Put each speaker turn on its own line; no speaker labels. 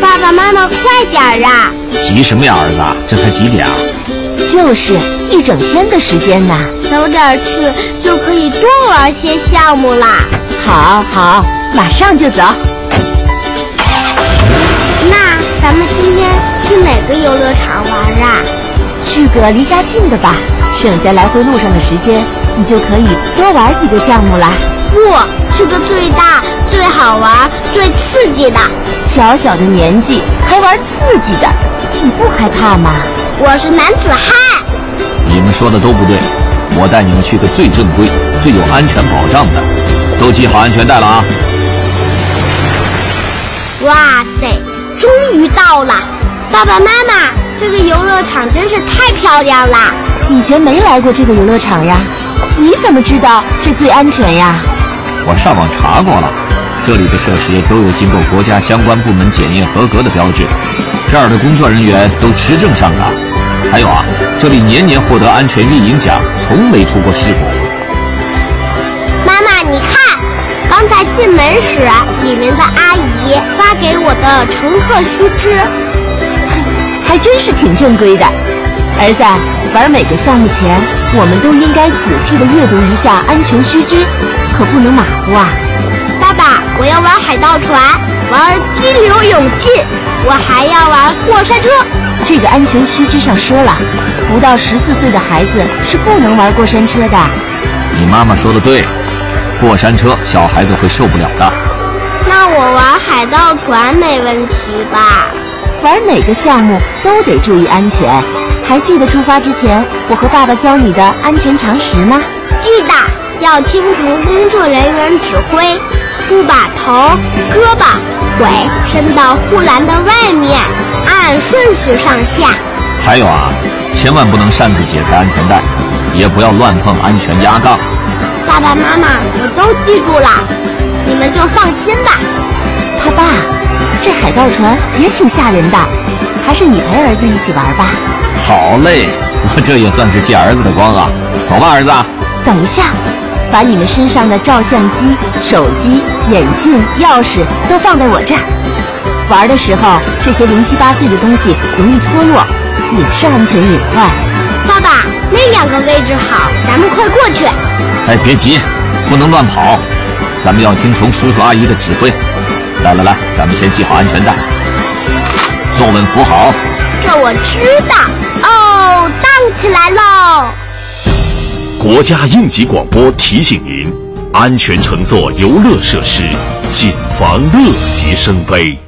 爸爸妈妈，快点儿啊！
急什么呀，儿子？这才几点啊？
就是一整天的时间呐。
早点去就可以多玩些项目啦。
好，好，马上就走。
那咱们今天去哪个游乐场玩啊？
去个离家近的吧，省下来回路上的时间，你就可以多玩几个项目啦。
不，去个最大、最好玩、最刺激的。
小小的年纪还玩刺激的，你不害怕吗？
我是男子汉。
你们说的都不对，我带你们去个最正规、最有安全保障的，都系好安全带了啊！
哇塞，终于到了！爸爸妈妈，这个游乐场真是太漂亮了。
以前没来过这个游乐场呀，你怎么知道这最安全呀？
我上网查过了，这里的设施都有经过国家相关部门检验合格的标志，这儿的工作人员都持证上岗。还有啊，这里年年获得安全运营奖，从没出过事故。
妈妈，你看，刚才进门时，里面的阿姨发给我的乘客须知。
还真是挺正规的。儿子，玩每个项目前，我们都应该仔细的阅读一下安全须知，可不能马虎啊。
爸爸，我要玩海盗船，玩激流勇进，我还要玩过山车。
这个安全须知上说了，不到十四岁的孩子是不能玩过山车的。
你妈妈说的对，过山车小孩子会受不了的。
那我玩海盗船没问题吧？
玩哪个项目都得注意安全。还记得出发之前我和爸爸教你的安全常识吗？
记得要听从工作人员指挥，不把头、胳膊、腿伸到护栏的外面，按顺序上下。
还有啊，千万不能擅自解开安全带，也不要乱碰安全压杠。
爸爸妈妈，我都记住了，你们就放心吧。
他爸，这海盗船也挺吓人的，还是你陪儿子一起玩吧。
好嘞，我这也算是借儿子的光啊。走吧，儿子。
等一下，把你们身上的照相机、手机、眼镜、钥匙都放在我这儿。玩的时候，这些零七八碎的东西容易脱落，也是安全隐患。
爸爸，那两个位置好，咱们快过去。
哎，别急，不能乱跑，咱们要听从叔叔阿姨的指挥。来来来，咱们先系好安全带，坐稳扶好。
这我知道。哦，荡起来喽！
国家应急广播提醒您：安全乘坐游乐设施，谨防乐极生悲。